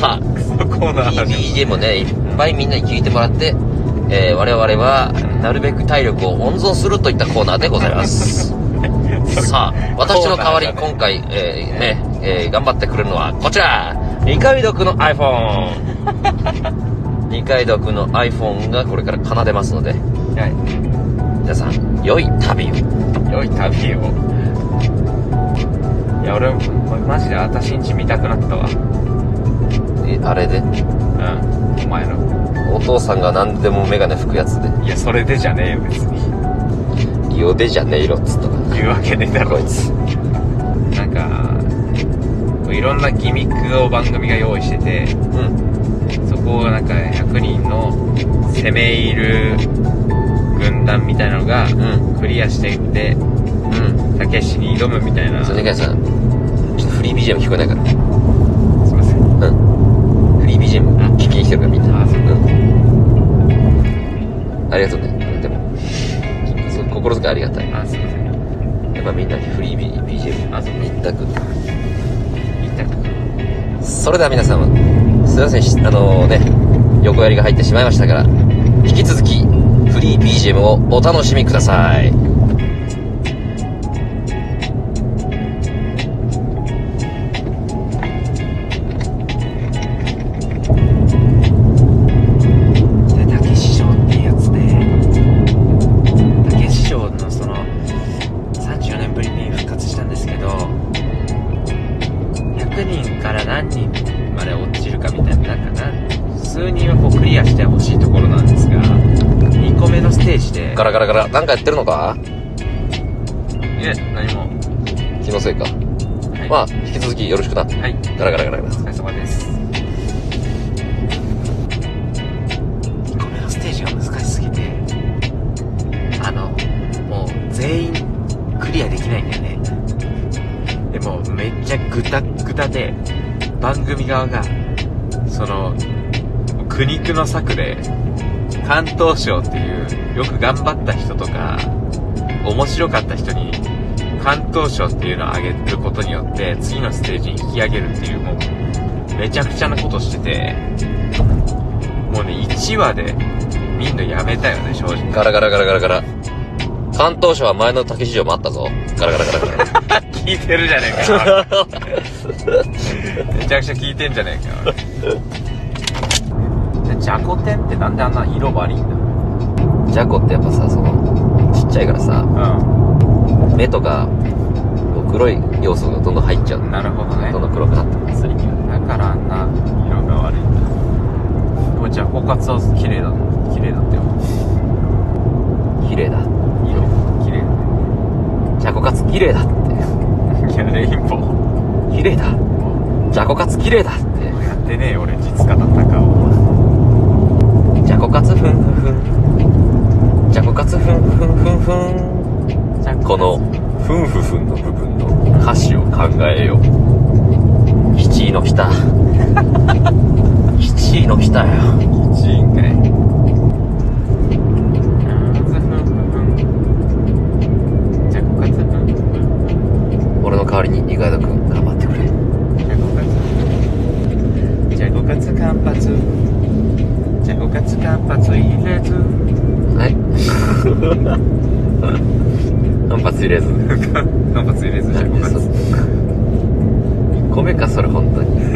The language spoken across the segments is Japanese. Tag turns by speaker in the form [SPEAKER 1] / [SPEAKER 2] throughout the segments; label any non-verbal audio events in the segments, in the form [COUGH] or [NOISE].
[SPEAKER 1] まあ
[SPEAKER 2] クソコーナー始まる
[SPEAKER 1] BBJ もねいっぱいみんなに聞いてもらって、えー我々はなるべく体力を温存するといったコーナーでございます
[SPEAKER 2] [LAUGHS]
[SPEAKER 1] さあ私の代わり
[SPEAKER 2] コーナーだね
[SPEAKER 1] 今回、えーねえー頑張ってくれるのはこちら二階堂君の
[SPEAKER 2] [LAUGHS]
[SPEAKER 1] iPhone 二階堂君の iPhone がこれから奏でますので
[SPEAKER 2] は
[SPEAKER 1] 皆さん良い旅を
[SPEAKER 2] い良い旅をいや俺これマジで私んち見たくなったわ
[SPEAKER 1] えあれで
[SPEAKER 2] うんお前の
[SPEAKER 1] お父さんが何でも眼鏡拭くやつで
[SPEAKER 2] いやそれでじゃねえよ別
[SPEAKER 1] 「
[SPEAKER 2] に
[SPEAKER 1] よでじゃねえろ」っつったな
[SPEAKER 2] 言うわけねえだろ
[SPEAKER 1] こいつ
[SPEAKER 2] なんかこういろんなギミックを番組が用意してて
[SPEAKER 1] うん
[SPEAKER 2] そこをなんか100人の攻め入る軍団みたいなのが
[SPEAKER 1] ん
[SPEAKER 2] クリアしていって
[SPEAKER 1] うん
[SPEAKER 2] たけしに挑むみたいな
[SPEAKER 1] そ
[SPEAKER 2] す
[SPEAKER 1] れ
[SPEAKER 2] い
[SPEAKER 1] でかいさちょっとフリー BGM 聞こえないから
[SPEAKER 2] ません
[SPEAKER 1] うんフリー BGM 聞きに来てるからみんな
[SPEAKER 2] あそ
[SPEAKER 1] う
[SPEAKER 2] う
[SPEAKER 1] んありがとうねでもそう心遣いありがたい
[SPEAKER 2] あすいません
[SPEAKER 1] やっぱみんなフリー BGM
[SPEAKER 2] あそう
[SPEAKER 1] 一択
[SPEAKER 2] 言いたく
[SPEAKER 1] それでは皆様すいませんしあのね横やりが入ってしまいましたから引き続きフリー BGM をお楽しみください
[SPEAKER 2] でたけし賞ってやつでたけし賞のその34年ぶりに復活したんですけど100人から何人まで落ちるかみたいななんかな数人はこうクリアしてほしいところなんですが2個目のステージで
[SPEAKER 1] ガラガラガラなんかやってるのか
[SPEAKER 2] え何も
[SPEAKER 1] 気のせいか
[SPEAKER 2] はい、
[SPEAKER 1] まあ引き続きよろしくな
[SPEAKER 2] はい
[SPEAKER 1] ガラガラガラガラ
[SPEAKER 2] お疲れ様です2個目のステージが難しすぎてあのもう全員クリアできないんだよねでもめっちゃグタグタで番組側がその苦肉の策で関東賞っていうよく頑張った人とか面白かった人に関東賞っていうのをあげることによって次のステージに引き上げるっていうもうめちゃくちゃなことしててもうね1話でみんなやめたよね正直
[SPEAKER 1] ガラガラガラガラガラ関東省は前の竹市場もあったぞガラガラガラガラ
[SPEAKER 2] 聞いてるじゃねえかめちゃくちゃ聞いてんじゃねえかじゃあじゃこ天ってなんであんな色悪いんだ
[SPEAKER 1] ジャコってやっぱさそのちっちゃいからさ目とかこう黒い要素がどんどん入っちゃう
[SPEAKER 2] うんなるほどね
[SPEAKER 1] どんどん黒くなってくる
[SPEAKER 2] 釣りにだからあんな色が悪いんだでもじゃあ狡猾は綺麗だ綺麗だったよ
[SPEAKER 1] 綺麗だ
[SPEAKER 2] 色綺麗
[SPEAKER 1] ジャコカツ綺麗だって
[SPEAKER 2] いやレインボー
[SPEAKER 1] 綺麗だジャコカツ綺麗だっ
[SPEAKER 2] やってねえよ俺実家だったかを
[SPEAKER 1] てジャコカツふんふんふんジャコカツふんふんふんふんこのふんふふんの部分の歌詞を考えよう七位の
[SPEAKER 2] [LAUGHS]
[SPEAKER 1] 北七位の北よ
[SPEAKER 2] 1位んかいじゃあ狡猾
[SPEAKER 1] 俺の代わりに二階堂君頑張ってくれ
[SPEAKER 2] じゃあ5月間髪じゃあ5月間髪入れず
[SPEAKER 1] はい。反発入れず。
[SPEAKER 2] 間髪入れずじゃあ5月
[SPEAKER 1] 米か、それ、本当に。
[SPEAKER 2] じゃ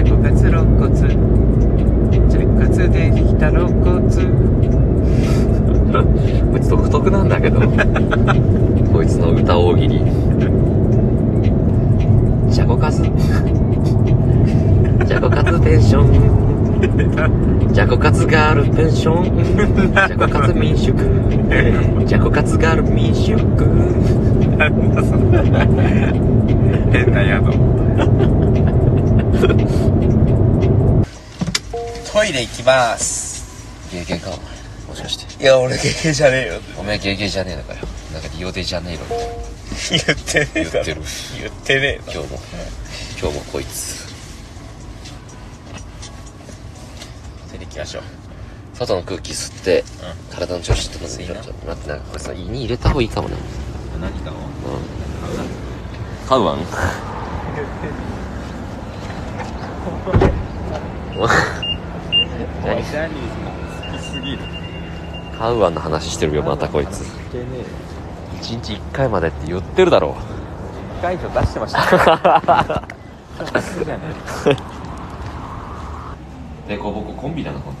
[SPEAKER 2] あ5月肋骨じゃあ5月でできた肋骨
[SPEAKER 1] こいつ独特なんだけど。こいつの歌大喜利。じゃこかず。じゃこかずペンション。じゃこかずガールペンション。じゃこかず民宿。じゃこかずガール民宿。
[SPEAKER 2] なんだそれ変な宿トイレ行きます
[SPEAKER 1] 経験か、お前。もしかして。
[SPEAKER 2] いや俺経験じゃねえよ
[SPEAKER 1] お前経験じゃねえのかよ。なんかリオデジャネイロみたいな。
[SPEAKER 2] 言ってねえだろ
[SPEAKER 1] 言ってる
[SPEAKER 2] 言ってねえだ
[SPEAKER 1] 今日も今日もこいつ
[SPEAKER 2] トイレ行きましょう
[SPEAKER 1] 外の空気吸って、
[SPEAKER 2] う
[SPEAKER 1] 体の調子ってまずいい
[SPEAKER 2] いいな
[SPEAKER 1] ちょっと待ってなんかこれさ胃に入れた方がいいかもね
[SPEAKER 2] 何かを
[SPEAKER 1] [LAUGHS] カウアン何
[SPEAKER 2] ジャニーズが好きすぎる
[SPEAKER 1] カウアンの話してるよまたこいつ
[SPEAKER 2] 聞けねえよ
[SPEAKER 1] 1日1回までって言ってるだろ
[SPEAKER 2] ガイド出してましたねさすがやね
[SPEAKER 1] でこぼこコンビなのか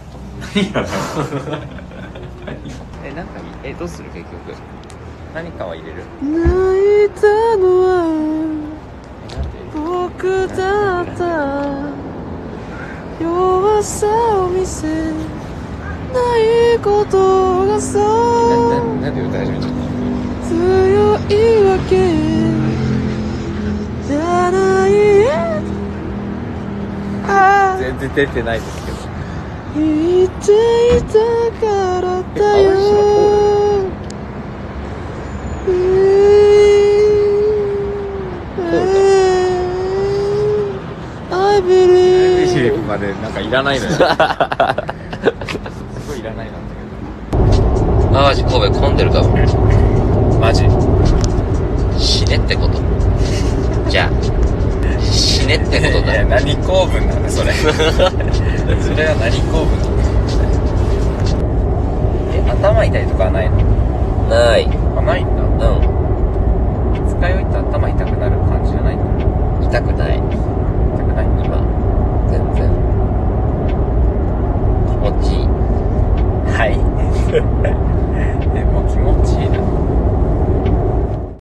[SPEAKER 2] 何がえなんかいいえどうする結局何かは入れる
[SPEAKER 3] 泣いたのは
[SPEAKER 2] えなんて
[SPEAKER 3] 僕だった弱さを見せないことがそ
[SPEAKER 2] な
[SPEAKER 3] う
[SPEAKER 2] ななんで歌い始めちゃっ
[SPEAKER 3] 強いわけじゃない
[SPEAKER 2] た
[SPEAKER 3] あ
[SPEAKER 2] 全然出てないですけど
[SPEAKER 3] 言っていたからだようん I
[SPEAKER 2] テシ
[SPEAKER 3] believe
[SPEAKER 2] リフまでなんかいらないの [LAUGHS] よすごいいらないなんだ
[SPEAKER 1] なマジ神戸混んでるかもマジ死ねってことじゃあ死ねって
[SPEAKER 2] けど
[SPEAKER 1] ことだ
[SPEAKER 2] 何構文なんだそれそれは何構文なんだえ頭痛いとかはないの
[SPEAKER 1] [LAUGHS] ない
[SPEAKER 2] あないんだ
[SPEAKER 1] う
[SPEAKER 2] 使い終えた頭痛くなる感じじゃないんだ
[SPEAKER 1] ん痛くない
[SPEAKER 2] 痛くないんだ
[SPEAKER 1] 今全然気持ちいい
[SPEAKER 2] [LAUGHS] はい